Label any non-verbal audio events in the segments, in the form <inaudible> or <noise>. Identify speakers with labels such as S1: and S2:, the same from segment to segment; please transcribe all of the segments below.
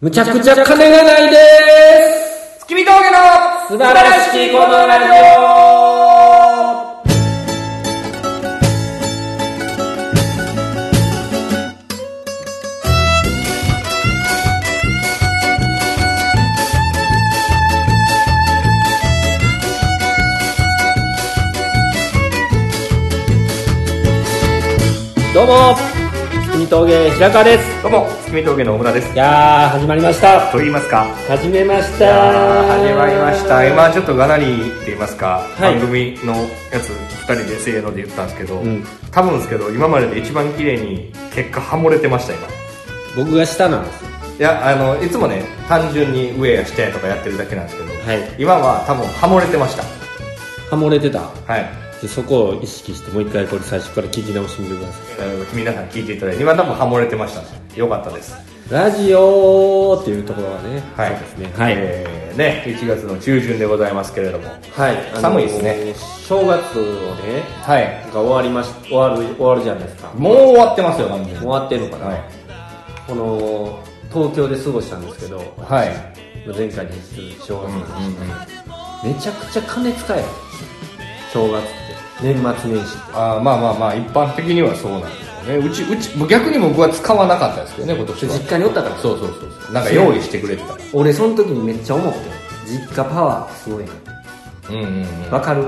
S1: むちゃくちゃ金がないでーす
S2: 月見峠の
S1: 素晴らしきこのラジオどうも君峠平川です
S2: どうも月見峠の小村です
S1: いやー始まりました
S2: と言いますか
S1: 始めまし
S2: い
S1: た
S2: やー始まりました今ちょっとがなりって言いますか、
S1: い
S2: 番組のやつ2人でせーので言ったんですけど、
S1: ん
S2: 多分ですけど今までで一番綺麗に結果ハモれてました今
S1: 僕が下なんですよ
S2: いやあのいつもね単純に上や下やとかやってるだけなんですけど、
S1: はい
S2: 今は多分ハモれてました
S1: ハモれてた
S2: はい
S1: でそこを意識してもう一回これ最初から聞き直してみてくださ
S2: あの皆さん聞いていただいて今多分ハモれてましたよかったです
S1: いラジオーっていうところがね
S2: はい
S1: そうですねはい、
S2: えーね1月の中旬でございますけれども
S1: はいあの
S2: 寒いですね
S1: 正月をね
S2: はい
S1: が終わりまし終わる終わるじゃないですか
S2: もう終わってますよ完全に
S1: 終わってんのかな、
S2: はい
S1: この東京で過ごしたんですけど
S2: はい
S1: 前回に引き続き正
S2: う
S1: 月
S2: ん
S1: の話、
S2: うんうん
S1: めちゃくちゃ金使えよ正月って年末年始って
S2: あーまあまあまあ一般的にはそうなんですよねうちうち逆に僕は使わなかったですけどね今年
S1: で
S2: は
S1: 実家におったから
S2: そうそうそうそうなんか用意してくれてたう
S1: 俺その時にめっちゃ思って実家パワーすごいなん
S2: うんうんうん
S1: わかる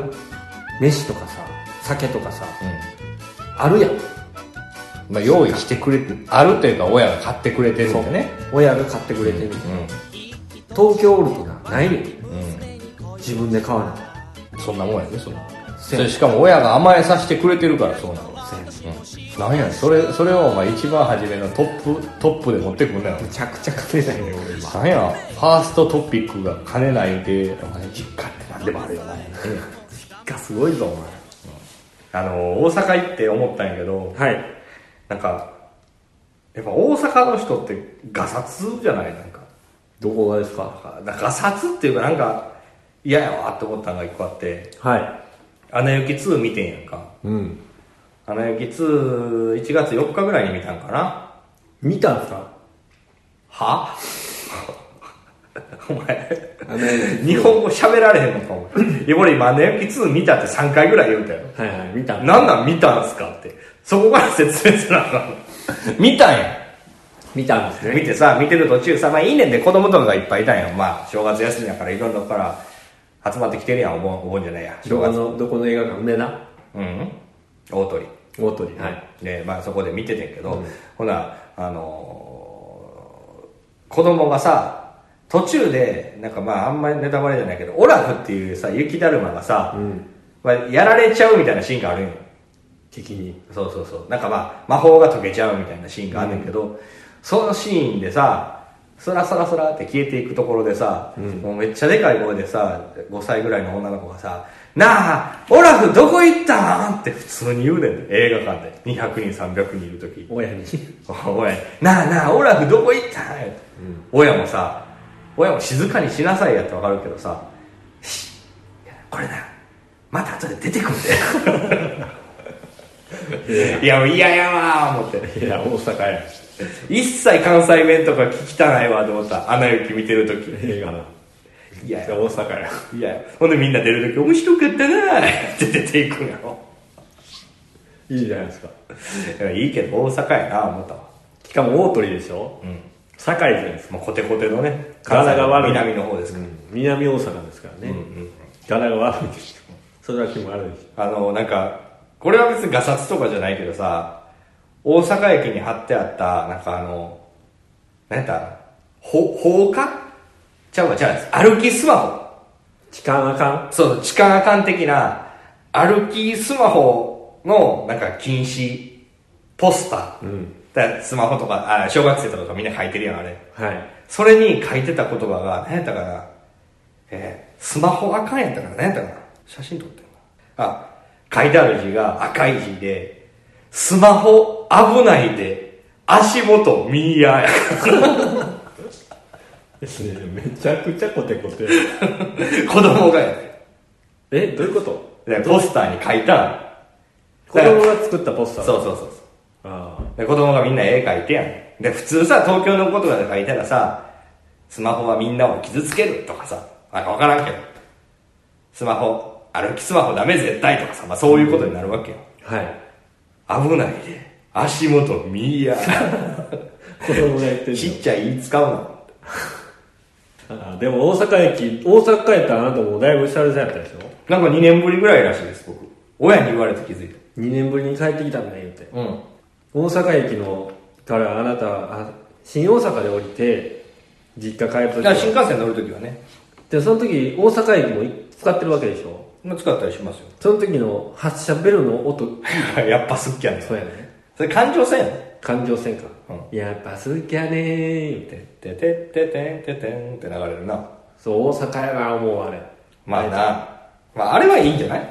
S1: 飯とかさ酒とかさあるやん
S2: まあ、用意してくれてあるというか親が買ってくれてるんでね
S1: 親が買ってくれてるみたいな
S2: う
S1: 東京おるとなないねん
S2: んうん
S1: 自分で買わな
S2: そんなもんやねそんなもん
S1: せ
S2: そ
S1: や
S2: れしかも親が甘えさせてくれてるからそうなの
S1: いせん
S2: うんなんやねんそれそれをお前一番初めのトップトップで持ってくんなよ
S1: むちゃくちゃ金ないねん俺今
S2: なんやファーストトピックが兼ねないでお前実家って何でもあるよな
S1: 実家すごいぞお
S2: あの大阪行って思ったんやけど
S1: 前はい
S2: なんかやっぱ大阪の人ってガサツじゃないなんか
S1: どこがですか
S2: なんかガサツっていうかなんか嫌やわって思ったのが一個あって
S1: は
S2: 「アナ雪2」見てんやんか
S1: いうん
S2: 「アナ雪2」1月4日ぐらいに見たんかな
S1: 見たんすか
S2: は <laughs> お前日本語喋られへんのかお前いや俺今「アナ雪2」見たって3回ぐらい言うたよ
S1: はいはい見た
S2: なんなん見たんすかってそこから説明せなあかんの見たんや
S1: 見たんです
S2: 見てさ見てる途中さまあいいねんで子供とかがいっぱいいたんやまあ正月休みやからいろんなとこから集まってきてるやんお盆お盆じゃないや正
S1: どこ
S2: 月
S1: のどこの映画館梅田
S2: うん大鳥
S1: 大鳥はい
S2: でまあそこで見ててんけど、ほなあのー子供がさ途中でなんかまああんまりネタバレじゃないけどオラフっていうさ雪だるまがさ、まあ、やられちゃうみたいなシーンがあるんよ
S1: 敵に
S2: そうそうそうなんかまあ魔法が解けちゃうみたいなシーンがあんねんけど、そのシーンでさスラスラスラって消えていくところでさ、もうめっちゃでかい声でさ5歳ぐらいの女の子がさ「なあオラフどこ行ったん?」って普通に言うねん映画館で200人300人いる時
S1: 親に
S2: <laughs> おいなあなあオラフどこ行ったん、親もさ親も静かにしなさいやってわかるけどさしこれなまた後で出てくんだよいやもう嫌やわー思って
S1: いや大阪や
S2: 一切関西弁とか聞きたないわと思った「アナ雪」見てる時
S1: 映画ない
S2: や
S1: 大阪や
S2: いやほんでみんな出る時「面白かったな」って出ていくんやろ
S1: いいじゃないですか
S2: いやいいけど大阪やな思ったわ
S1: しかも大鳥でしょ
S2: うん
S1: 堺じゃないですか
S2: もうコテコテのね
S1: 体が悪い
S2: 南の方ですから、
S1: 南大阪ですからね、柄が悪いですよそれは気も悪いです
S2: あの、なんか、これは別にガサツとかじゃないけどさ、大阪駅に貼ってあった、なんかあの、なんやったほ、放火ちゃうわ、ちゃうわ歩きスマ
S1: 痴漢あかん
S2: ホ。そう、痴漢あかん的な、歩きスマホの、なんか禁止、ポスター。だからスマホとか、あ、小学生とかみんな書いてるやん、あれ。
S1: はい
S2: それに書いてた言葉が、何やったかな。えースマホあかんやったから、何やったかな。写真撮ってんな。あ、書いてある字が赤い字で、スマホ危ないで、足元右や。 <laughs>
S1: ですねめちゃくちゃコテコテ
S2: 子供がやね。
S1: えどういうこと
S2: でポスターに書いたん
S1: 子供が作ったポスタ
S2: そう
S1: ー
S2: そうそうそう。
S1: あ
S2: で子供がみんな絵描いてやん。で、普通さ、東京のことが書いたらさ、スマホはみんなを傷つけるとかさ、なんかわからんけど、スマホ、歩きスマホダメ絶対とかさ、まあそういうことになるわけよ。
S1: はい。
S2: 危ないで、足元見いや、
S1: 子供が言ってる
S2: <laughs> ちっちゃい言い使うの。
S1: <laughs> あでも大阪駅、大阪帰ったらあなたもうだいぶ久々やったでしょ
S2: なんか2年ぶりぐらいらしいです、僕。親に言われて気づい
S1: ?2 年ぶりに帰ってきたんだ言うて。
S2: た。うん。
S1: 大阪駅のからあなたあ新大阪で降りて実家帰っ
S2: だか
S1: た
S2: ら新
S1: 時
S2: 幹線乗るときはね、
S1: でその時大阪駅もい使ってるわけでしょ
S2: まあ使ったりしますよ。
S1: その時の発車ベルの音
S2: <laughs> やっぱ好きやねん。
S1: そうやね
S2: それ環状線やね
S1: 環状線か、
S2: う。
S1: やっぱ好きやねーみたいなん
S2: ててててんててんって流れるな。
S1: そう大阪やな思うあれ
S2: まあな、まああれはいいんじゃない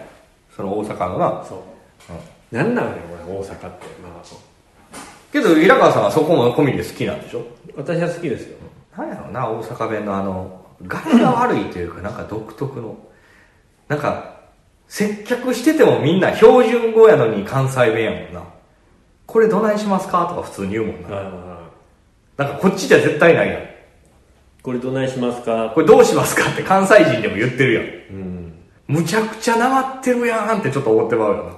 S2: その大阪のな。
S1: そう、なんなのよ俺大阪ってまあそう
S2: けど、平川さんはそこも込みで好きなんでしょ
S1: 私は好きですよ
S2: なんやろうな、大阪弁のあの、柄が悪いというか、なんか独特の、なんか、接客しててもみんな標準語やのに関西弁やもんな。これどないしますかとか普通に言うもんな。
S1: あ
S2: なんかこっちじゃ絶対ないやん。
S1: これどないしますか
S2: これどうしますかって関西人でも言ってるやん。
S1: うん
S2: むちゃくちゃなまってるやんってちょっと思ってまうよな。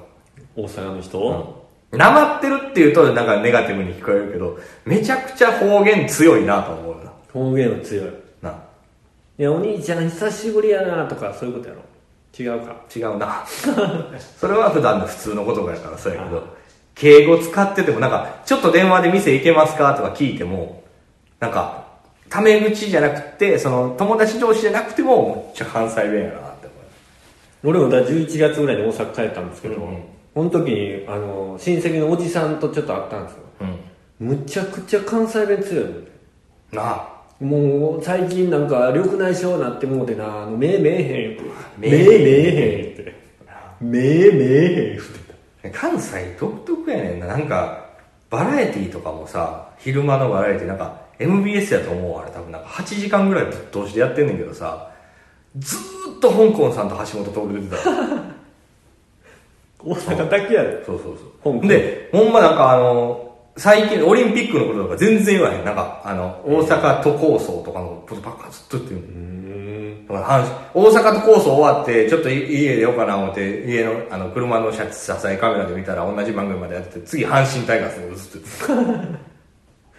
S1: 大阪の人、
S2: なまってるっていうとなんかネガティブに聞こえるけど、めちゃくちゃ方言強いなと思うよ
S1: 方言は強い
S2: な。ない
S1: やお兄ちゃん久しぶりやなとかそういうことやろ違うか
S2: 違うな。 <laughs> それは普段の普通の言葉やからそうやけど、敬語使っててもなんか、ちょっと電話で店行けますかとか聞いても、なんか、タメ口じゃなくて、その友達同士じゃなくても、めっちゃ関西弁やなって思う。
S1: 俺もだ11月ぐらいに大阪帰ったんですけど、
S2: うんうん
S1: この時にあの親戚のおじさんとちょっと会ったんですよ
S2: うん。
S1: むちゃくちゃ関西弁強いの
S2: なあ。
S1: もう最近なんか緑内障なってもうてなあの目見えへん
S2: 目
S1: 目見えへんって目見えへんって
S2: 関西独特やねんななんかバラエティーとかもさ昼間のバラエティーなんか MBS やと思うわあれ多分なんか8時間ぐらいぶっ通しでやってんねんけどさずーっと香港さんと橋本徹出てた
S1: 大阪だけやで
S2: そうそう
S1: 香
S2: そう
S1: 港
S2: でほんまなんかあの最近オリンピックのこととか全然言わへんなんかあの大阪都構想とかのことばっかずっと言ってる
S1: うん
S2: だから阪神大阪と構想終わってちょっと家出ようかな思って家のあの車の車載カメラで見たら同じ番組までやってて次阪神タイガースのことずっと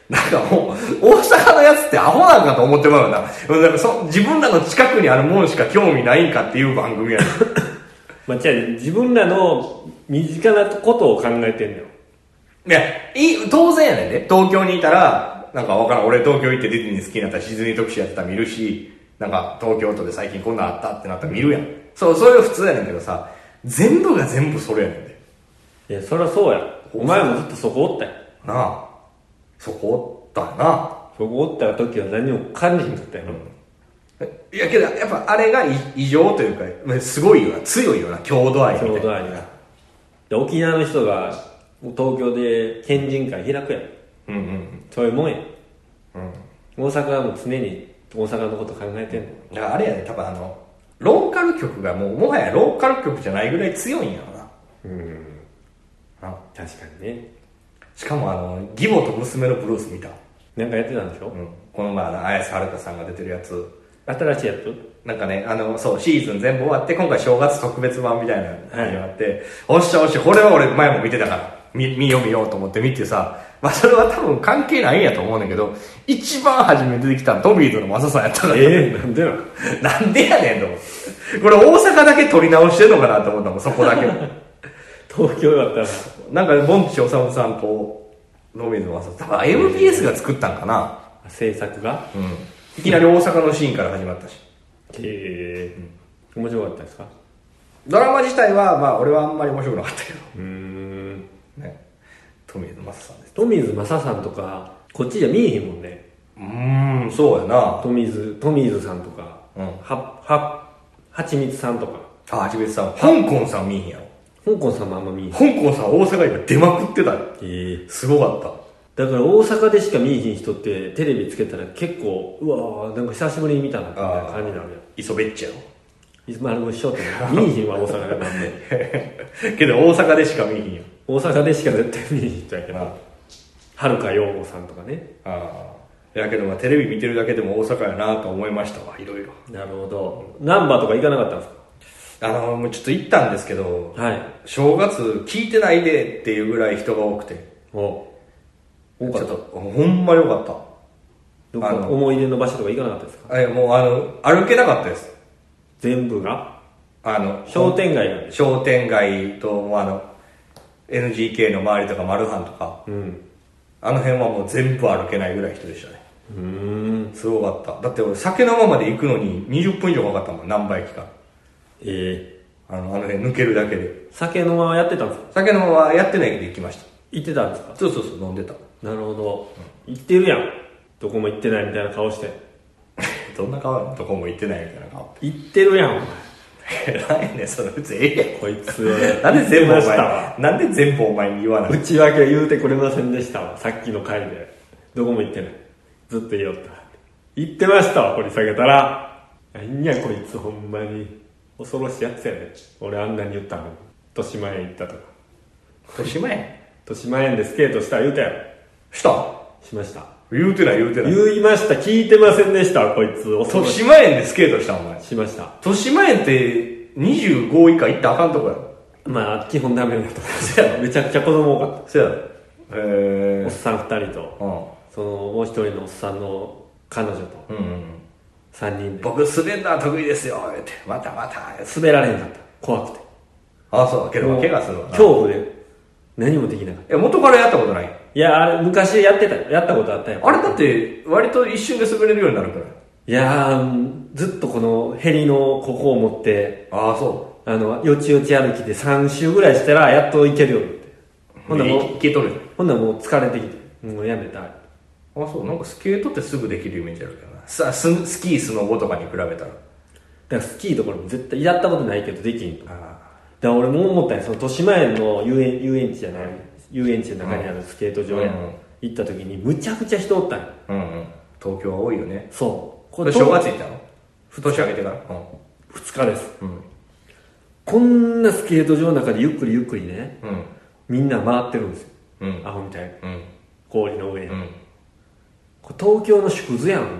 S2: なんかもう大阪のやつってアホなんかと思ってまうよななんかそ自分らの近くにあるもんしか興味ないんかっていう番組やねん
S1: まあ違う自分らの身近なことを考えてんのよ
S2: いやいい当然やねんね東京にいたらなんかわからん俺東京行ってディズニー好きになったらシズニー特集やってたら見るしなんか東京都で最近こんなんあったってなったら見るやんそうそれが普通やねんけどさ全部が全部それやねんで
S1: いやそりゃそうやお前もずっとそこおったよ
S2: なあそこおったな
S1: そこおった時は何も感じへんかったやろ、
S2: えいやけどやっぱあれがい異常というかまあすごいよな強いよな郷土愛みたいな
S1: 郷土愛がで沖縄の人が東京で県人会開くやん
S2: うんうん
S1: そういうもんや
S2: うん
S1: 大阪はもう常に大阪のこと考えてんの
S2: だからあれやね多分あのローカル曲がもうもはやローカル曲じゃないぐらい強いんやろな
S1: うん
S2: な
S1: 確かにね
S2: しかもあの義母と娘のブルース見た、
S1: なんかやってたんでしょ、
S2: うん、この前あの綾瀬はるかさんが出てるやつ
S1: 新しいやつ
S2: なんかね、あの、そう、シーズン全部終わって、今回正月特別版みたいなのがあって、おっしゃおっしゃ、これは俺前も見てたから、見、見よう見ようと思って見てさ、まあそれは多分関係ないんやと思うねんだけど、一番初め出てきたのトビーズのマサさんやったから、
S1: ええなんでなの
S2: なんでやねんと思って。これ大阪だけ撮り直してんのかなと思ったもん、そこだけ。
S1: 東京だったら
S2: なんかね、ボンチ治ムさんと、トビーズのマサさん、多分 MBS が作ったんかな。
S1: 制作が
S2: うん。いきなり大阪のシーンから始まったし。
S1: ええ面白かったですか
S2: ドラマ自体は、まあ俺はあんまり面白くなかったけど。
S1: うん
S2: ね、富水正さんです
S1: 富水正さんとかこっちじゃ見えへんもんね
S2: うーんそうやな
S1: 富水富水さんとか、
S2: うん
S1: はははちみつさんとか
S2: あはちみつさん香港さん見えへんやろ
S1: 香港さんもあんま見えへん
S2: 香港さん大阪今出まくってたよ
S1: え
S2: すごかった
S1: だから大阪でしか見えへん人ってテレビつけたら結構うわーなんか久しぶりに見たなみたいな感じになるやん
S2: 磯べっちゃろ <laughs>
S1: いつまでも一緒って見えへんわ大阪がなんで
S2: けど大阪でしか見えへんやん
S1: 大阪でしか絶対見えへん人やけど
S2: な
S1: はるか陽子さんとかね
S2: ああやけどまあテレビ見てるだけでも大阪やなと思いましたわいろいろ
S1: なるほどナンバーとか行かなかったんです
S2: あのもうちょっと行ったんですけど
S1: かはい
S2: 正月聞いてないでっていうぐらい人が多くて
S1: お多
S2: ち
S1: か
S2: ょっ
S1: った
S2: とほんまよかった
S1: どこか
S2: あの
S1: 思い出の場所とか行かなかったですか
S2: えもうあの歩けなかったです
S1: 全部が
S2: あの
S1: 商店街なんです
S2: 商店街ともうあの NGK の周りとかマルハンとか
S1: うん
S2: あの辺はもう全部歩けないぐらい人でしたね
S1: うーん
S2: すごかっただって俺酒のままで行くのに20分以上かかったもん難波駅から
S1: ええ
S2: あのあの辺抜けるだけで
S1: 酒のままやってたんですか
S2: 酒のままやってないけど行きました
S1: 行ってたんですか
S2: そうそうそう飲んでた <laughs>
S1: なるほど行ってるやんどこも行ってないみたいな顔して
S2: どんな顔やのどこも行ってないみたいな顔
S1: 行ってるやんお前
S2: 何やねんそれ別にええやん
S1: こいつ
S2: <laughs> なんで全部
S1: 言
S2: お
S1: ってま
S2: 前
S1: したわ
S2: なんで全部お前に言わない
S1: 内訳言うてくれませんでしたわさっきの回でどこも行ってないずっと言いよった行ってましたわ掘り下げたら何やこいつほんまに恐ろしいやつやね俺あんなに言ったのに豊島園行ったとか
S2: 年前
S1: 豊島園でスケートした言うたやろ
S2: した
S1: しました
S2: 言うてない言うてない
S1: 言いました聞いてませんでしたわこいつ恐ろ
S2: 豊
S1: し
S2: 島園でスケートしたお前
S1: いしました
S2: 豊島園って25以下行ったらあかんとこやろ
S1: まあ基本ダメだと思うめちゃくちゃ子供多かっ
S2: そやろ
S1: たおっ
S2: へえ
S1: さん2人と
S2: うん
S1: そのもう一人のおっさんの彼女と
S2: うんうん
S1: 3人で
S2: 僕スレンダー得意ですよ言ってまたまた
S1: 滑られへんかった怖くて
S2: あそうけど怪我するわな
S1: 恐怖で何もできなかった
S2: え元からやったことない
S1: いやあれ昔やってたよやったことあったよ
S2: あれだって割と一瞬で滑れるようになるくらい
S1: いやーずっとこのヘリのここを持って
S2: ああそ
S1: あのよちよち歩きで3周ぐらいしたらやっといけるようになって
S2: う
S1: ほんならもう
S2: いいけとる
S1: ほんならもう疲れてきてもうやめた
S2: あそうなんかスケートってすぐできるイメージあるけどなさススキースノボとかに比べたら
S1: だからスキーとかも絶対やったことないけどできんとだか
S2: あ
S1: ら俺も思ったんやその豊島園の遊園遊園地じゃない遊園地の中にあるスケート場や、
S2: うん
S1: 行った時にむちゃくちゃ人おったんや
S2: あうんうん東京は多いよね
S1: そう
S2: こ
S1: こ
S2: れ
S1: れ
S2: 正月行ったの年明けてから
S1: 2日です
S2: うんうん
S1: こんなスケート場の中でゆっくりゆっくりね
S2: うん
S1: みんな回ってるんですよ
S2: うん
S1: アホみたいに
S2: うん
S1: 氷の上に、
S2: うん
S1: これ東京の縮図やん思っ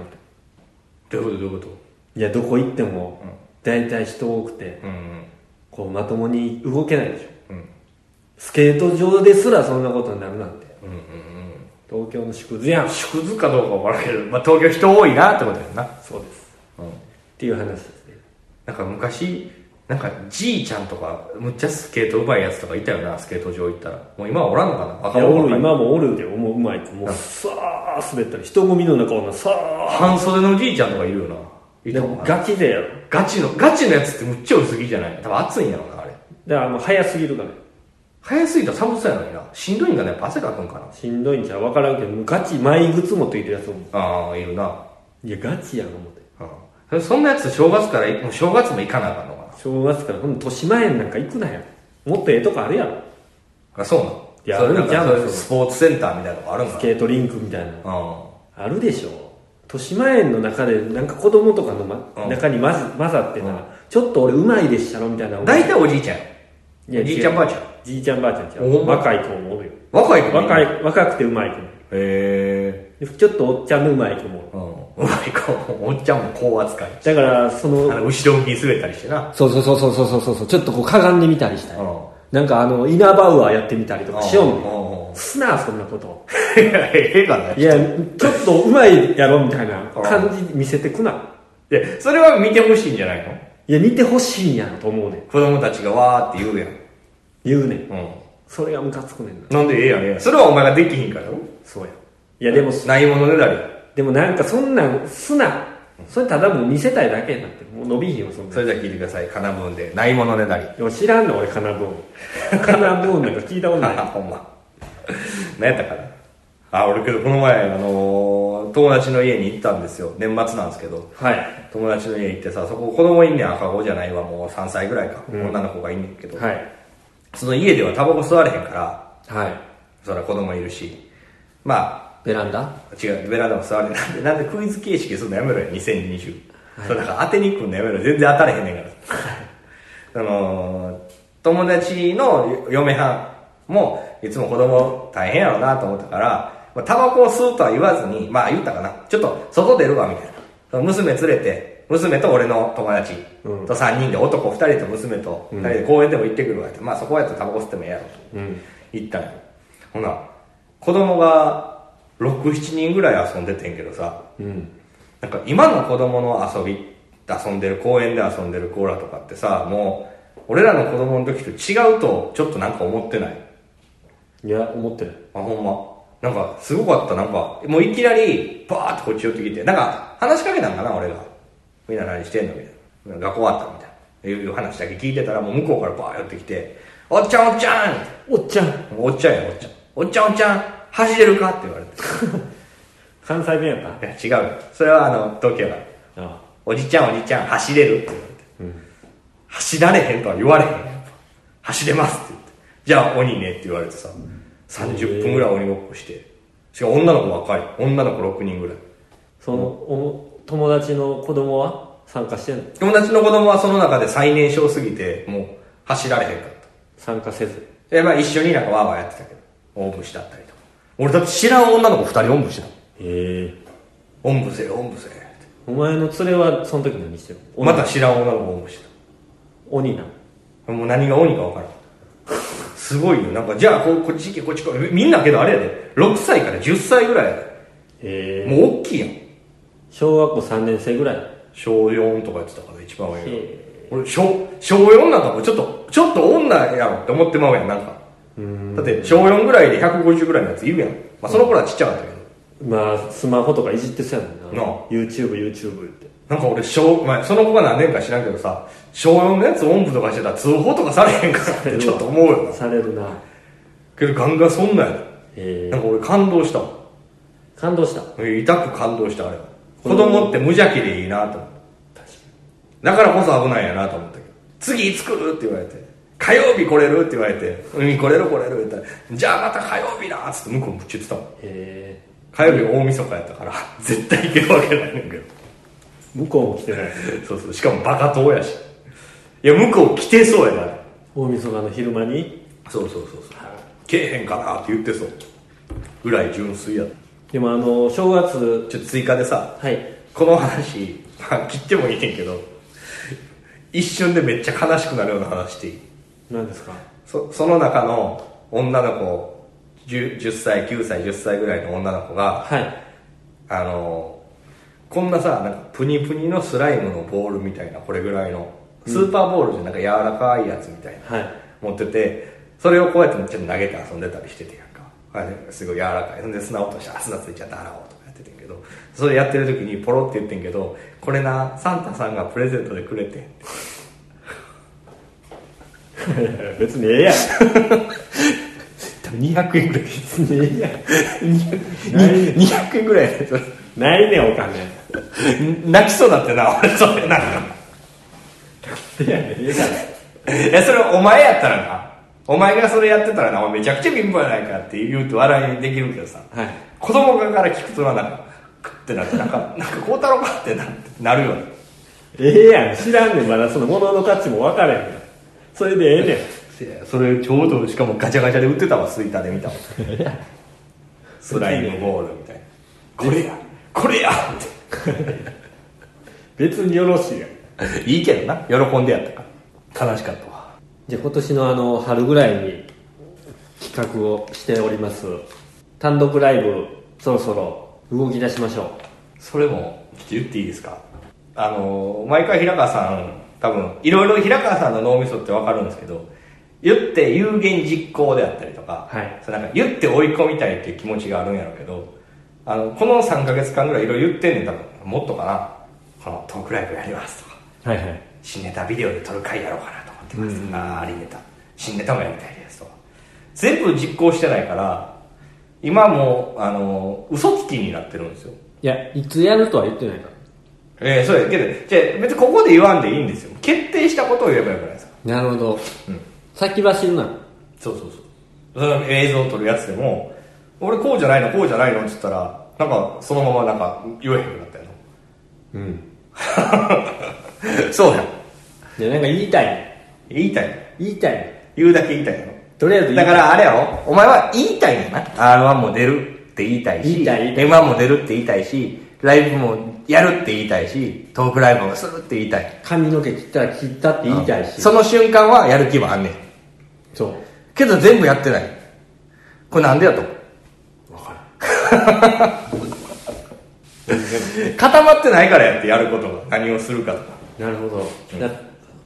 S1: て
S2: どういうことどういうこ
S1: いやどこ行っても
S2: うん
S1: 大体人多くて
S2: とうん
S1: こうまともに動けないでしょ
S2: うんうん
S1: スケート場ですらそんなことになるなんて
S2: うんうんうん
S1: 東京の縮図やん
S2: 縮図かどうかわからんけど、まあ、東京人多いなってことやんな、
S1: そうです
S2: うん、
S1: っていう話ですね
S2: なんか昔なんかじいちゃんとかむっちゃスケートうまいやつとかいたよなスケート場行ったらもう今はおらんのかな
S1: あ
S2: 若
S1: やおる
S2: 者ばっか
S1: 今もおるでもううまい子もうさあ滑ったり人混みの中をさ
S2: り
S1: あ
S2: 半袖のじいちゃんとかいるよない
S1: で
S2: たもん
S1: も
S2: な
S1: ガチでやろ
S2: ガチのガチのやつってむっちゃ薄着じゃない多分暑いんやろなあれ
S1: だからもう早すぎるから
S2: 早すぎたら寒そうやのになしんどいんかなやっぱ汗かくんかな
S1: しんどいんちゃう分からんけどもうガチ前靴持ってきてるやつも
S2: ああいるな、
S1: いやガチやん思って
S2: うんそれ、そんなやつ正月からもう正月も行かなあかんのかな
S1: 正月からほんと豊島園なんか行くなよもっとええとこあるやろ
S2: あそうなの
S1: いや
S2: それ
S1: ある
S2: なん
S1: んちゃ
S2: か
S1: う
S2: そういうスポーツセンターみたいなとこあるんか
S1: ス
S2: な
S1: ケートリンクみたいな
S2: うん
S1: あるでしょ豊島園の中でなんか子供とかの、ま
S2: うん
S1: 中に混ざ混ざってな、ちょっと俺うまいでっしゃろみたいな
S2: 大体おじいちゃん
S1: いや
S2: おじいちゃん
S1: 違う
S2: ばあちゃん
S1: じいちゃんばあちゃんちゃ
S2: おほ
S1: うん
S2: ま
S1: 若い子もおるよ
S2: 若い子も
S1: 若
S2: へ
S1: い若くてうまい子も
S2: え
S1: でちょっとおっちゃんのうまい子もおる
S2: うん若い子もおっちゃんもこう扱い
S1: だからそ
S2: あ
S1: の
S2: の後ろ向きに滑ったりしてな
S1: そうそうそうそうそうそうそうちょっとこうかがんでみたりしたい
S2: うん
S1: なんかあのイナバウアーやってみたりとかしよう
S2: うん
S1: ねん
S2: うん
S1: すなそんなこと
S2: いやええかない
S1: いやちょっとうまいやろみたいな感じ見せてくな
S2: やそれは見てほしいんじゃないの
S1: いや見てほしいんやろと思うねん
S2: 子供たちがわーって言うやん
S1: 言うねん
S2: うん
S1: それがムカつくねんな
S2: なんでええやんええやんそれはお前ができひんからよ
S1: そうやいやでも
S2: ないものねだり
S1: でもなんかそんなんすなそれただもう見せたいだけになってもう伸びひんよそんなん
S2: それじゃ聞いてくださいかなぶんでないものねだり
S1: でも知らんの俺カナブーンカナブーンなんか聞いたことない
S2: あ <laughs> ほんま何やったかなあ俺けどこの前あのー友達の家に行ったんですよ年末なんですけど
S1: <laughs> はい
S2: 友達の家行ってさそこ子供いんねん赤子じゃないわもう3歳ぐらいか、
S1: うん
S2: 女の子がいんねんけど、
S1: はい
S2: その家ではタバコ吸われへんから
S1: はい
S2: そら子供いるしま
S1: ベランダ
S2: あ違うベランダも吸われなんでなんでクイズ形式するのやめろよ2020、それなんか当てに行くのやめろよ全然当たれへんねんから
S1: <laughs>
S2: あのー友達の嫁はんもいつも子供大変やろうなと思ったから、まあまあタバコを吸うとは言わずに、まあ言ったかな。ちょっと外出るわ、みたいなその。娘連れて、娘と俺の友達
S1: うん
S2: と3人で、男2人と娘と2人で公園でも行ってくるわ、ってまあそこやったらタバコ吸ってもええやろと。
S1: うん
S2: 行ったんよほな、子供が6、7人ぐらい遊んでてんけどさ、
S1: うん
S2: なんか今の子供の遊び、遊んでる、公園で遊んでるコーラとかってさ、もう、俺らの子供の時と違うと、ちょっとなんか思ってない。
S1: いや思ってない
S2: あ、ほんま。なんか、すごかった、なんか、もういきなり、バーってこっち寄ってきて、なんか、話しかけたんかな、俺が。みんな何してんのみたいな。学校終わったみたいな。いう話だけ聞いてたら、もう向こうからバー寄ってきて、おっちゃんおっちゃん
S1: おっちゃん
S2: もうおっちゃんやおっちゃんおっちゃんおっちゃん走れるかって言われ
S1: 関西弁やった
S2: て <laughs> いや違うよそれはあの東京だ
S1: あ
S2: おじちゃんおじちゃん走れるって言われて、走られへんとは言われへん走れますって言ってじゃあ鬼ねって言われてさ30分ぐらい鬼ごっこしてしかも女の子若い女の子6人ぐらい
S1: そのお友達の子供は参加してんの
S2: 友達の子供はその中で最年少すぎてもう走られへんかった
S1: 参加せず
S2: でまあ一緒になんかワーワーやってたけどおんぶしだったりとか俺だって知らん女の子2人おんぶしたの
S1: へえ
S2: おんぶせよおんぶせよって
S1: お前の連れはその時何してるの
S2: また知らん女の子おんぶしてた
S1: 鬼なの
S2: もう何が鬼か分からん。すごいよ。なんか、じゃあこ、こっち行け、こっち行け。みんなけどあれやで。6歳から10歳ぐらいや
S1: へ
S2: で。
S1: え
S2: もう大きいやん。
S1: 小学校3年生ぐらい
S2: 小4とかやってたから、一番上が
S1: へ。
S2: 俺、小、小4なんかもうちょっと、ちょっと女やろって思ってまうやん、なんか。だって、小4ぐらいで150ぐらいのやついるやん。まあ、その頃はちっちゃかったけど。
S1: まあスマホとかいじってそうやもんな
S2: なあ
S1: YouTubeYouTube って
S2: なんか俺、小、まあ、その子が何年か知らんけどさ、小4のやつおんぶとかしてたら通報とかされへんからってちょっと思うよな。
S1: されるな
S2: けど、ガンガンそんなんやで。
S1: へえ
S2: なんか俺感動したもん。
S1: 感動した
S2: 痛く感動したあれは子供って無邪気でいいなと思っただからこそ危ないんやなと思ったけど次いつ来るって言われて火曜日来れるって言われて海来れる来れるって言ったらじゃあまた火曜日なっつって向こうむっちゃ言ってたもん
S1: へえ
S2: 火曜日大晦日やったから <laughs> 絶対行けるわけないねんけど
S1: 向こうも来てない
S2: そうそうしかもバカ遠やしいや向こう来てそうやな
S1: 大晦日の昼間に
S2: そうそうそうそう来えへんかなって言ってそうぐらい純粋やった
S1: でもあの正月
S2: ちょっと追加でさ
S1: はい
S2: この話、まあ、切ってもいいねんけど、一瞬でめっちゃ悲しくなるような話していい
S1: 何ですか
S2: そその中の女の子10、10歳、9歳、10歳ぐらいの女の子が、
S1: はい
S2: あのーこんなさ、なんかプニプニのスライムのボールみたいな、これぐらいの、スーパーボールじゃなんか柔らかいやつみたいな、
S1: はい
S2: 持ってて、それをこうやってちょっと投げて遊んでたりしててやんか。あれすごい柔らかい。ほんで砂落として、あ砂ついちゃった、洗おうとかやっててんけど、それやってる時にポロって言ってんけど、これな、サンタさんがプレゼントでくれてん。
S1: 別にええやん
S2: 200円ぐらい。
S1: 別にええやん
S2: 200 200円ぐらいやでそれ
S1: ないねんお金
S2: 泣きそうだってな、俺それなんか。
S1: いやねええから
S2: いや、それお前やったらな。お前がそれやってたらな、お前めちゃくちゃ貧乏やないかって言うと笑いにできるけどさ。
S1: はい
S2: 子供から聞くとな、なんか、くってなって、なんか、なんか、孝太郎かってなってなるよね。
S1: ええやん知らんねんまだその物の価値も分からへんからそれでええねん
S2: いやそれちょうどしかもガチャガチャで売ってたわスイカで見たわ <laughs> スライムボールみたいなこれやこれやっ
S1: 別によろしいやん
S2: ていいけどな喜んでやったから悲しかったわ
S1: じゃあ今年のあの春ぐらいに企画をしております単独ライブそろそろ動き出しましょ
S2: それもちょっと言っていいですかあの毎回平川さん多分いろいろ平川さんの脳みそって分かるんですけど言って有言実行であったりとか,、
S1: はい
S2: それなんか言って追い込みたいっていう気持ちがあるんやろうけどあのこの3か月間ぐらいいろいろ言ってんねん多分もっとかなこのトークライブやりますとか
S1: うはいはい
S2: 新ネタビデオで撮る回やろうかなと思ってます、ああありネタ新ネタもやりたいですと全部実行してないから今もうあの嘘つきになってるんですよ
S1: いやいつやるとは言ってないか
S2: ええそうやけどじゃあ別にここで言わんでいいんですよ決定したことを言えばよくないですから
S1: なるほど、先走るな
S2: そうそうそうその映像を撮るやつでも俺こうじゃないのこうじゃないのって言ったらなんかそのままなんか言えへんようになったや
S1: うん
S2: ろ <laughs> そうや
S1: でなんか言いたい
S2: 言いたいの
S1: 言いたい
S2: 言うだけ言いたいやろ
S1: とりあえず言い
S2: だ
S1: た
S2: か
S1: い
S2: らあれやろお前は言いたいんやな R1 も出るって言いたいし
S1: 言いたい言いたい
S2: M1 も出るって言いたいしライブもやるって言いたいしトークライブもするって言いたい
S1: 髪の毛切ったら切ったって言いたいし
S2: その瞬間はやる気はあんねん
S1: そう
S2: けど全部やってないこれなんでやと
S1: 分かる
S2: <laughs> 固まってないからやってやることが何をするかとか
S1: なるほど、だ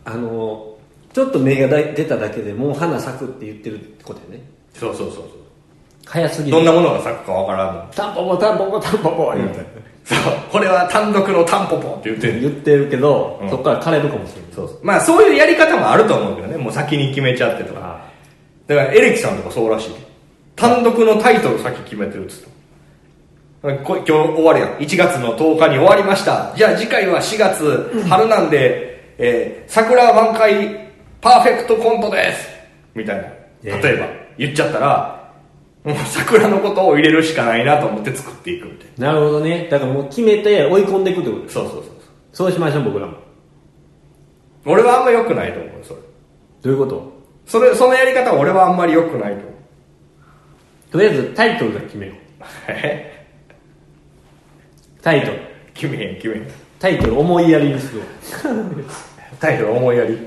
S1: あのちょっと芽が出出ただけでもう花咲くって言ってることやね
S2: そうそうそう
S1: 早すぎ
S2: どん
S1: る
S2: なものが咲くかわからんの
S1: タンポポタンポポタンポポ言うて、
S2: そうこれは単独のタンポポって言ってる
S1: 言ってるけど、
S2: うん
S1: そこから枯れるかもしれない
S2: そうそうまあそういうやり方もあると思うけどねもう先に決めちゃってとか
S1: あ
S2: だからエレキさんとかそうらしい単独のタイトル先決めてるっつったこ今日終わるやん1月の10日に終わりましたじゃあ次回は4月春なんで、えー桜満開パーフェクトコントですみたい
S1: いや
S2: な
S1: や
S2: い例えば言っちゃったらもう桜のことを入れるしかないなと思って作っていくみたい
S1: なるほどねだからもう決めて追い込んでいくってこと
S2: なそうそうそうそう
S1: そうしましょう僕らも
S2: 俺はあんま良くないと思うそれ
S1: どういうこと
S2: それそのやり方は俺はあんまり良くないと思う
S1: とりあえずタイトルだけ決めよう
S2: え
S1: タイトル
S2: 決めへん決めへん
S1: タイトル思いやりにするわ
S2: タイトル思いやり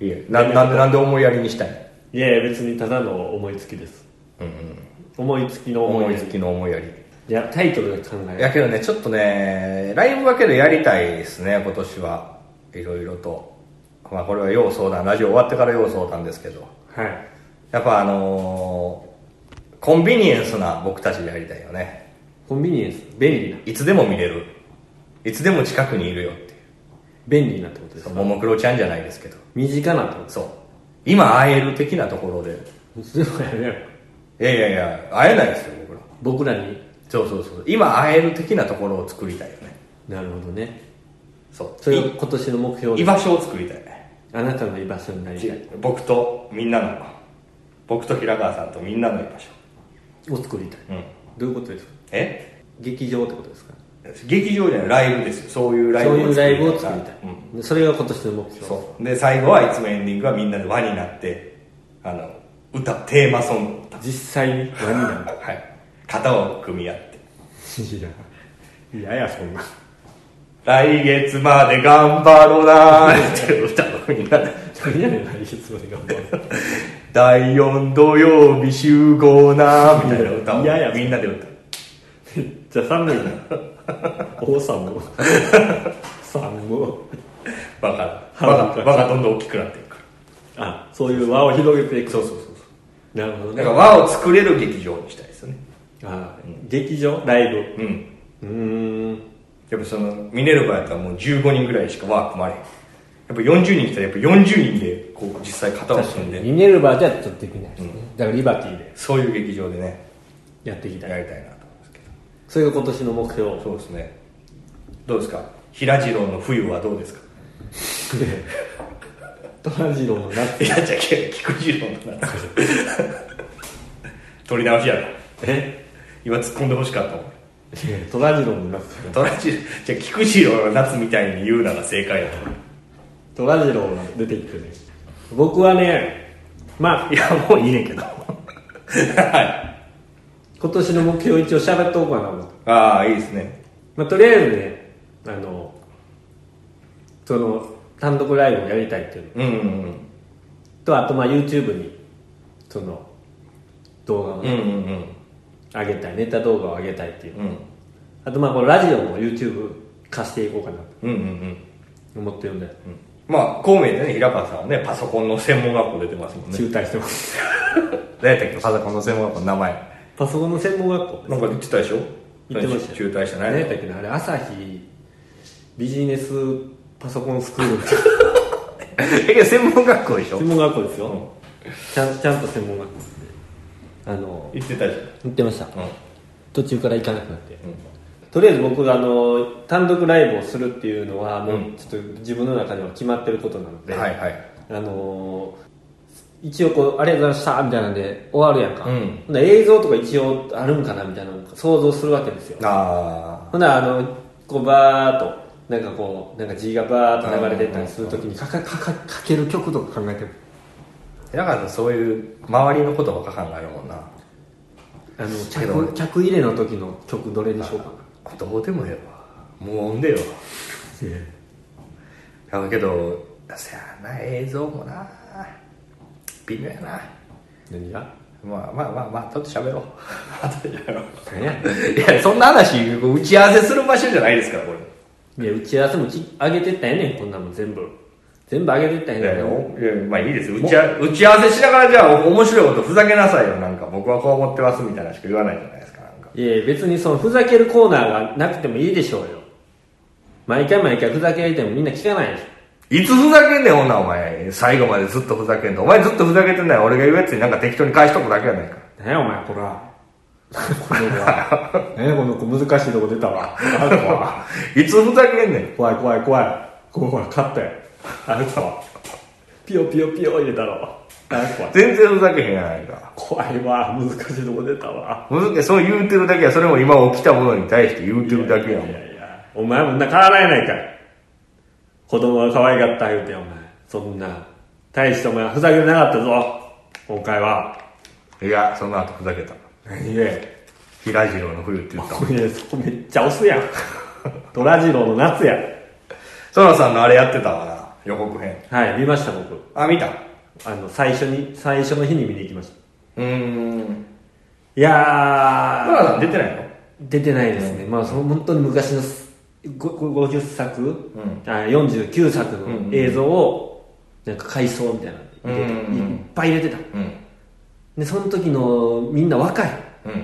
S2: いやななんでなんで思いやりにしたい
S1: いやいや別にただの思いつきです、思いつきの思い
S2: 思い
S1: や
S2: つ
S1: り
S2: きの思いやり
S1: いやタイトルだけ考えよ
S2: やけどねちょっとねライブはけどやりたいですね今年はいろいろとまあこれは要相談ラジオ終わってから要相談ですけど
S1: うはい
S2: やっぱあのーコンビニエンスな僕たちでやりたいよね
S1: コンビニエンス便利ない
S2: つでも見れるいつでも近くにいるよっていう
S1: 便利なってことです
S2: そう
S1: か
S2: ももクロちゃんじゃないですけど
S1: 身近なってこ
S2: そう今会える的なところで
S1: とですそうやね
S2: いやいやいや会えないですよ僕ら
S1: 僕らに
S2: そうそうそう今会える的なところを作りたいよね
S1: なるほどね
S2: そう
S1: それが今年の目標
S2: い居
S1: で
S2: 場所を作りたい
S1: あなたの居場所になりたい
S2: 僕とみんなの僕と平川さんとみんなの居場所
S1: を作りたい、
S2: うん
S1: どういうことですか
S2: え
S1: 劇場ってことですか
S2: 劇場じゃないライブですよそういうライブ
S1: そういうライブを作りたい、
S2: うん
S1: それが今年の目標
S2: そうで最後はいつもエンディングはみんなで輪になってあの歌テーマソング歌
S1: 実際に何になる
S2: はい肩を組み合って
S1: いや <laughs> いやいやそんな
S2: 来月まで頑張ろうなーって歌をみんなで
S1: 何やねん来月まで <laughs> 頑張る
S2: 第4土曜日集合なみたいな歌を
S1: いやいや
S2: みんなで歌う
S1: めっちゃ寒いな王さん <laughs> も寒も
S2: バカバカバカどんどん大きくなっていくか
S1: <laughs> あそういう輪を広げていく
S2: らそうそうそうそう
S1: なるほど
S2: だ
S1: ね
S2: から和を作れる劇場にしたいですよね
S1: あ劇場ライブ
S2: うん
S1: うーん
S2: やっぱそのミネルヴァやったらもう15人ぐらいしか和組まれへんやっぱ40人来たらやっぱ40人でこう実際型を組んで
S1: ミネルヴァじゃちょっとできないですね、だからリバティで
S2: そういう劇場でね
S1: やっていきたい
S2: やりたいなと思うんですけど
S1: それが今年の目標
S2: そうですねどうですか平次郎の冬はどうですか
S1: 虎次郎の夏
S2: いやじゃあ菊次郎の夏 <laughs> 取り直しやろ
S1: え
S2: 今突っ込んでほしかったもん
S1: 虎次郎の夏
S2: トラジじゃあ菊次郎の夏みたいに言うなら正解だと思
S1: 虎次郎が出てきてね僕はねまあ
S2: ういやもういいねんけどはい
S1: 今年の目標一応喋っとこうかな思って
S2: ああいいですね
S1: まあ、とりあえずねあのその単独ライブをやりたいっていうの
S2: うんうん
S1: とあとまあ YouTube にその動画を
S2: うんうんうん
S1: 上げたい、ネタ動画を上げたいっていう
S2: うんうん
S1: あとまあこのラジオも YouTube 化していこうかな
S2: うんうん
S1: と思ってるんで、
S2: まあ孔明でね平川さんはねパソコンの専門学校出てますもんね
S1: 中退してます
S2: 何やったっけパソコンの専門学校の名前
S1: パソコンの専門学校
S2: なんか言ってたでしょ
S1: 言ってましたよ
S2: 中退した
S1: 何や
S2: ね
S1: ったっけなあれ朝日ビジネスパソコンスクール
S2: <laughs> えけど専門学校でし
S1: <laughs>
S2: ょ
S1: 専門学校ですよ、ちゃんちゃんと専門学校ですねあの
S2: 言ってたじゃん
S1: 言ってました
S2: うん
S1: 途中から行かなくなって、とりあえず僕があの単独ライブをするっていうのはもう
S2: うん
S1: ちょっと自分の中では決まってることなので、
S2: はいはい
S1: あのー一応こう「ありがとうございました」みたいなんで終わるやんか、
S2: うん
S1: ほな映像とか一応あるんかなみたいなのを想像するわけですよ
S2: あ
S1: ほなあのこうバーっとなんかこうなんか字がバーっと流れてったりするときにかかかかかける曲とか考えてる
S2: あ平川さんそういう周りのことばっか考えるもんな
S1: あの
S2: けど
S1: 客客入れの時の曲どれにしようかな
S2: どうでもええわもう飲んでよやけどせやな映像もな微妙やな
S1: 何が
S2: まあまあまあまあ、ちょっと喋ろう。後で喋ろ
S1: 何や
S2: う。 <laughs> いや、そんな話、打ち合わせする場所じゃないですから、これ。
S1: いや打ち合わせもき上げてったんやねんこんなんも全部全部上げてったん
S2: いや
S1: やねん
S2: まあいいです打ち合わ打ち合わせしながら、じゃあ、面白いことふざけなさいよ、なんか。僕はこう思ってます、みたいなしか言わないじゃないですか、なんか。
S1: いや別にそのふざけるコーナーがなくてもいいでしょうよ毎回毎回ふざけられてもみんな聞かないでし
S2: いつふざけんねん、ほんならお前。最後までずっとふざけんと。お前ずっとふざけてない。俺が言うやつになんか適当に返しとくだけやないか。
S1: ょ何やお前こ <laughs> らこの子は何やこの子難しいとこ出たわあるわ
S2: いつふざけんねん。
S1: 怖い怖い怖いここほら勝ったよあるわピヨピヨピヨ入れたろあるわ
S2: 全然ふざけへんやないか。
S1: 怖いわ難しいとこ出たわ
S2: むずそう言うてるだけや。それも今起きたものに対して言うてるだけやもん
S1: い。やいやお前もんな変わらんやないかい子供が可愛かった言うてお前そんな大してお前ふざけてなかったぞ今回はい
S2: や、その後ふざけた。
S1: 何え
S2: 平次郎の冬って言った。
S1: いやそこめっちゃ押すやんドラジローの夏や
S2: ソラさんのあれやってたわな、予告編。
S1: はい見ました僕
S2: あ、見たう
S1: あの最初に最初の日に見に行きました
S2: ーん。
S1: いや
S2: ソ
S1: ー
S2: ラさん出てないの
S1: 出てないですね、まあその本当に昔のすごご50作、
S2: ん
S1: あ49作
S2: うんう
S1: の
S2: ん
S1: 映像をなんか回想みたいなの入れてた
S2: うんうんうん
S1: いっぱい入れてた
S2: うん。
S1: でその時のみんな若い、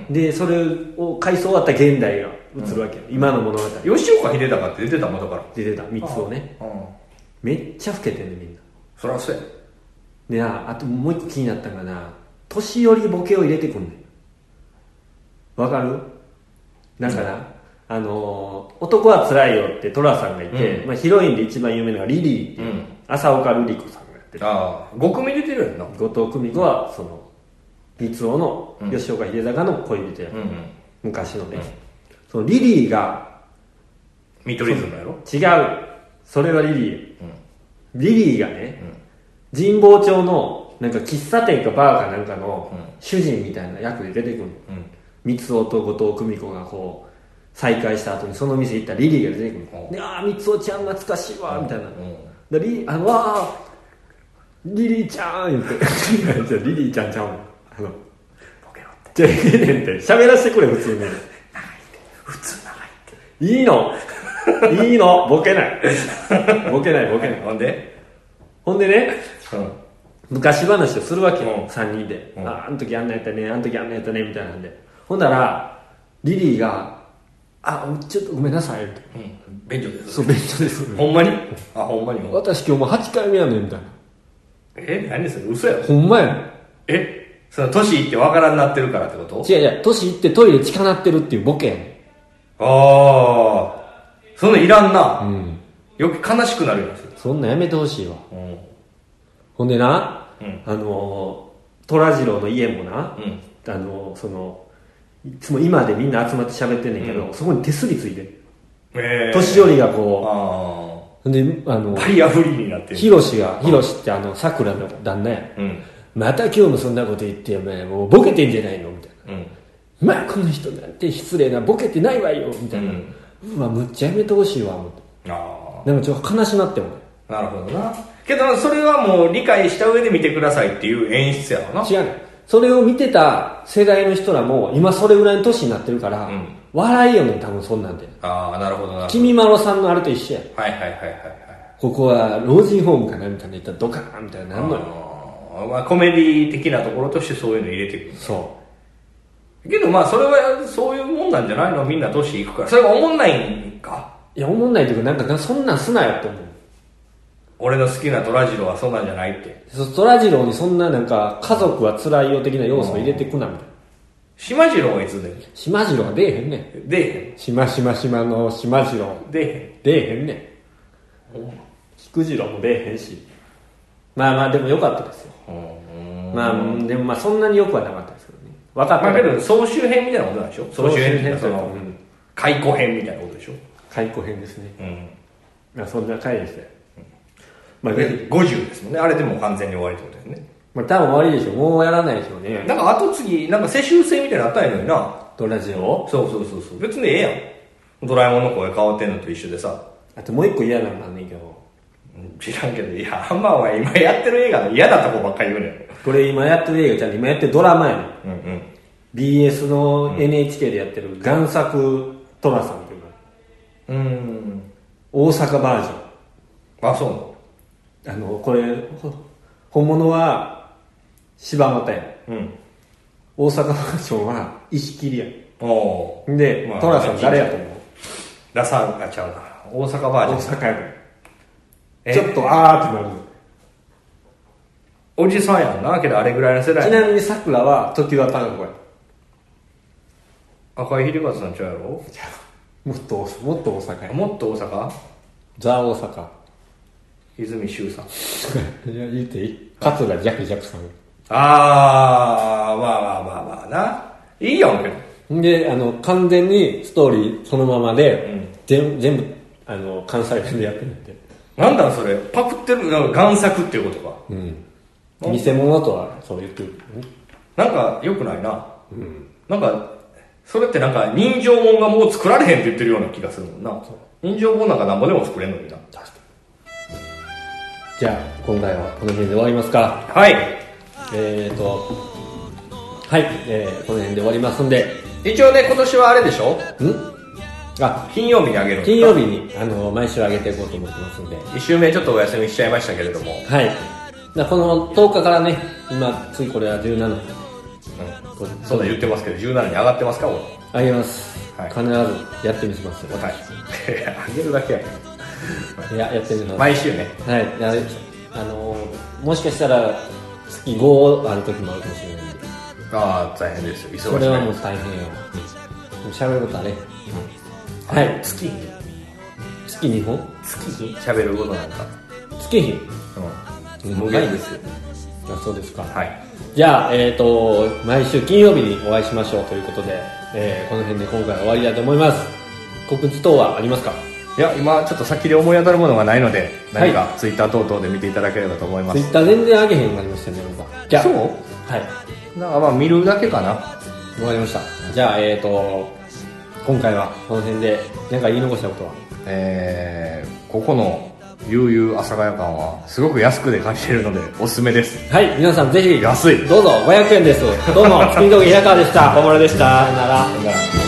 S1: でそれを回想終わった現代が映るわけ、今の物語
S2: 吉岡秀隆って出てた元から。
S1: 出てた3つをね
S2: うん。
S1: めっちゃ老けてんねみんな
S2: そらそうや。
S1: でなあともう一個気になったんがな年寄りボケを入れてくんねんわかるなんかな、あのー男はつらいよ」って寅さんがいて、
S2: うん
S1: まあ、ヒロインで一番有名なのがリリーっていう、
S2: うん
S1: 浅岡瑠璃子さんがやってる
S2: ああ、5組出てるやんな。
S1: 後藤久美子はその三尾の吉岡秀隆の恋人や、
S2: うんうん。
S1: 昔のね、そのリリーが
S2: 見取り図のやろ
S1: 違うそれはリリー、リリーがね、
S2: うん
S1: 神保町のなんか喫茶店かバーかなんかの主人みたいな役で出てくるの
S2: うん。
S1: 三尾と後藤久美子がこう再会した後にその店行ったらリリーが出てくるの、
S2: うん
S1: でああ三尾ちゃん懐かしいわみたいな、
S2: うん。
S1: でリあのわあリリーちゃん言っていや <laughs> じゃあリリーちゃんちゃうのあの
S2: ボケろって。
S1: じゃあいいねんって喋らせてくれ普通に
S2: 普通長いって。
S1: いいのいいのボケないボケないボケない
S2: ほんで
S1: ほんでね
S2: うん。
S1: 昔話をするわけ
S2: う
S1: よ、
S2: ん
S1: 三3人で、
S2: うん
S1: ああの時あんなやったねあの時あんなやったねみたいなんでほんならリリーが「あちょっとごめんなさい」って
S2: うん。便所
S1: 「
S2: です。
S1: そう便所です」
S2: ほんまにあ、ほんまにほんま
S1: 私今日もう8回目やねん」みたいな
S2: え、何それ嘘や
S1: 「
S2: ろ
S1: ほんまやね
S2: えその年いってわからんなってるからってこと
S1: ん」違う違う年いってトイレ近なってるっていうボケやね
S2: ああ、そのいらんな。
S1: んうん
S2: よく悲しくなるよう
S1: そんなんやめてほしいわ
S2: うん。
S1: ほんでな、
S2: うん
S1: あのー虎次郎の家もな、
S2: うん。
S1: あのーそのいつも今でみんな集まって喋ってんねんけど、そこに手すりついてる
S2: ええ
S1: 年寄りがこう
S2: あ
S1: ほんであの
S2: あ。バリアフリーになって
S1: ヒロシが、ヒロシってあの、桜の旦那や。
S2: うん。
S1: また今日もそんなこと言って、お前、もうボケてんじゃないのみたいな。
S2: うん。
S1: まあ、この人なんて失礼な、ボケてないわよみたいな。
S2: うん
S1: うわ、むっちゃやめてほしいわ、思って。
S2: あ
S1: なんかちょっと悲しなっても
S2: あ。なるほどな。けど、それはもう理解した上で見てくださいっていう演出やろな。
S1: 違うねんそれを見てた世代の人らも、今それぐらいの年になってるから、
S2: うん
S1: 笑いよねん、多分そんなんで。
S2: ああ、なるほどな。はい
S1: 君まろさんのあれと一緒やん。
S2: はいはいはいはい。
S1: ここは老人ホームかなみたいな言ったらドカーンみたいになるのよ。
S2: あーまあ、コメディ的なところとしてそういうの入れてくる。
S1: そ
S2: けどまあそれはそういうもんなんじゃないのみんな年いくからそれが思んないんか
S1: う。いや、思んないというか、なんかな、そんなんすなよって思う。
S2: 俺の好きなトラジロはそんなんじゃないって
S1: そそらジローにそんななんか家族は辛いよ的な要素を入れてくなみたいな。
S2: 島次郎はいつでも
S1: しまじろうは出えへんねん。
S2: 出
S1: しましましまのしまじろう
S2: えへん出
S1: 出えへんねん。菊次郎も出えへんし。まあまあでも良かったですよ。
S2: えへんうん
S1: まあうんでもまあそんなに良くはなかったですけどね。分かっ
S2: ま
S1: た
S2: あ
S1: け
S2: け
S1: ど、
S2: ど総集編みたいなことなんでしょ総集編っていうのはそ
S1: 総
S2: の
S1: 集編というか
S2: 回顧編みたいなことでしょ
S1: 開口編ですね。
S2: うん
S1: まあそんな回でしたよ。まあぜ
S2: 50ですもんねあれでもう完全に終わりってことだよ
S1: ひ、
S2: ね
S1: まあ多分終わりでしょ。もうやらないでしょうね。
S2: なんか後継ぎ、なんか世襲制みたいなのあったんやのにな。
S1: ドラジオ
S2: そうそうそうそう。別にええやん。ドラえもんの声変わってんのと一緒でさ。
S1: あともう一個嫌なのあんねんけど。
S2: うん知らんけど、いや、あんまお前今やってる映画の嫌なとこばっかり言うねん。
S1: これ今やってる映画ちゃんと今やってるドラマやねん。
S2: うんうん。
S1: BS の NHK でやってる贋作トラさんっていうのが
S2: うーん。
S1: 大阪バージ
S2: あ、そうなの
S1: ョン。あの、これ、ほ本物は柴又やん。
S2: うん。
S1: 大阪バージョンは石切りや
S2: おお。
S1: ん。で、
S2: まあ
S1: トラさん誰やと思う
S2: ラサーガちゃうな。大阪バ
S1: 大
S2: ージョン。
S1: 阪やから。
S2: え
S1: ちょっとあーってなる。
S2: おじさんやんな。けどあれぐらいの世
S1: ち
S2: 代。
S1: なみに桜は時は単語や。
S2: 赤井秀和さんちゃうやろ
S1: もっと大、もっと大阪や。
S2: もっと大阪
S1: ザ・大阪。
S2: 泉修さん。
S1: <laughs> いや、言っていい桂ジャクジャクさん。
S2: あー、まあまあまあまあな。いいやんけど。
S1: で、あの、完全にストーリーそのままで、
S2: うん
S1: 全全部、あの、関西弁でやってるんで。
S2: なんだそれパクってるなんか贋作っていうことか
S1: うん。
S2: うん
S1: 偽物とは、そう言ってる。
S2: なんか良くないな
S1: うん。
S2: なんかそれってなんか人情もんがもう作られへんって言ってるような気がするもんな人情もんなんかなんぼでも作れんのにな
S1: 確かに。じゃあ、今回はこの辺で終わりますか。
S2: はい
S1: えーと、はい、えー、この辺で終わりますんで、
S2: 一応ね今年はあれでしょ
S1: んあ、
S2: 金曜日にあげる
S1: 金曜日に、あの、毎週上げていこうと思ってますんで、
S2: 1週目ちょっとお休みしちゃいましたけれども、
S1: はい。だこの10日からね、今、次これは17、
S2: う
S1: これ
S2: ん、そうだ言ってますけど17に上がってますか俺
S1: あげます。
S2: はい
S1: 必ずやってみせます。
S2: 答え <laughs> 上げるだけやね
S1: いや、やってみます。
S2: 毎週ね
S1: はい、あれあのーもしかしたら月5ある時もあるかもしれないんで、
S2: ああ大変ですよ忙しい
S1: それはもう大変よ。もう喋ることはね。はい、
S2: 月
S1: 月2本
S2: 月に喋ることなんか、
S1: 月日
S2: うん、
S1: うん
S2: 無限ですよ
S1: あそうですか。
S2: はい
S1: じゃあ、えっ、と、毎週金曜日にお会いしましょうということで、えーこの辺で今回は終わりだと思います。告知等はありますか
S2: いや今ちょっと先で思い当たるものがないので
S1: はい
S2: 何かツイッター等々で見ていただければと思いま
S1: ツ
S2: す、
S1: イッター全然上げへんようになりましたね、僕は。じゃあ、
S2: そう
S1: はい。
S2: なんかまあ見るだけかな
S1: わかりました。じゃあ、えっ、と、今回はこの辺で、なんか言い残したことは
S2: えー、ここの悠々阿佐ヶ谷館はすごく安くで借りれるのでおすすめです
S1: はい、皆さんぜひ、
S2: 安い <laughs>
S1: どうぞ500円です。どうも、スピードゲ平川でした。小室でした。さよなら。
S2: だから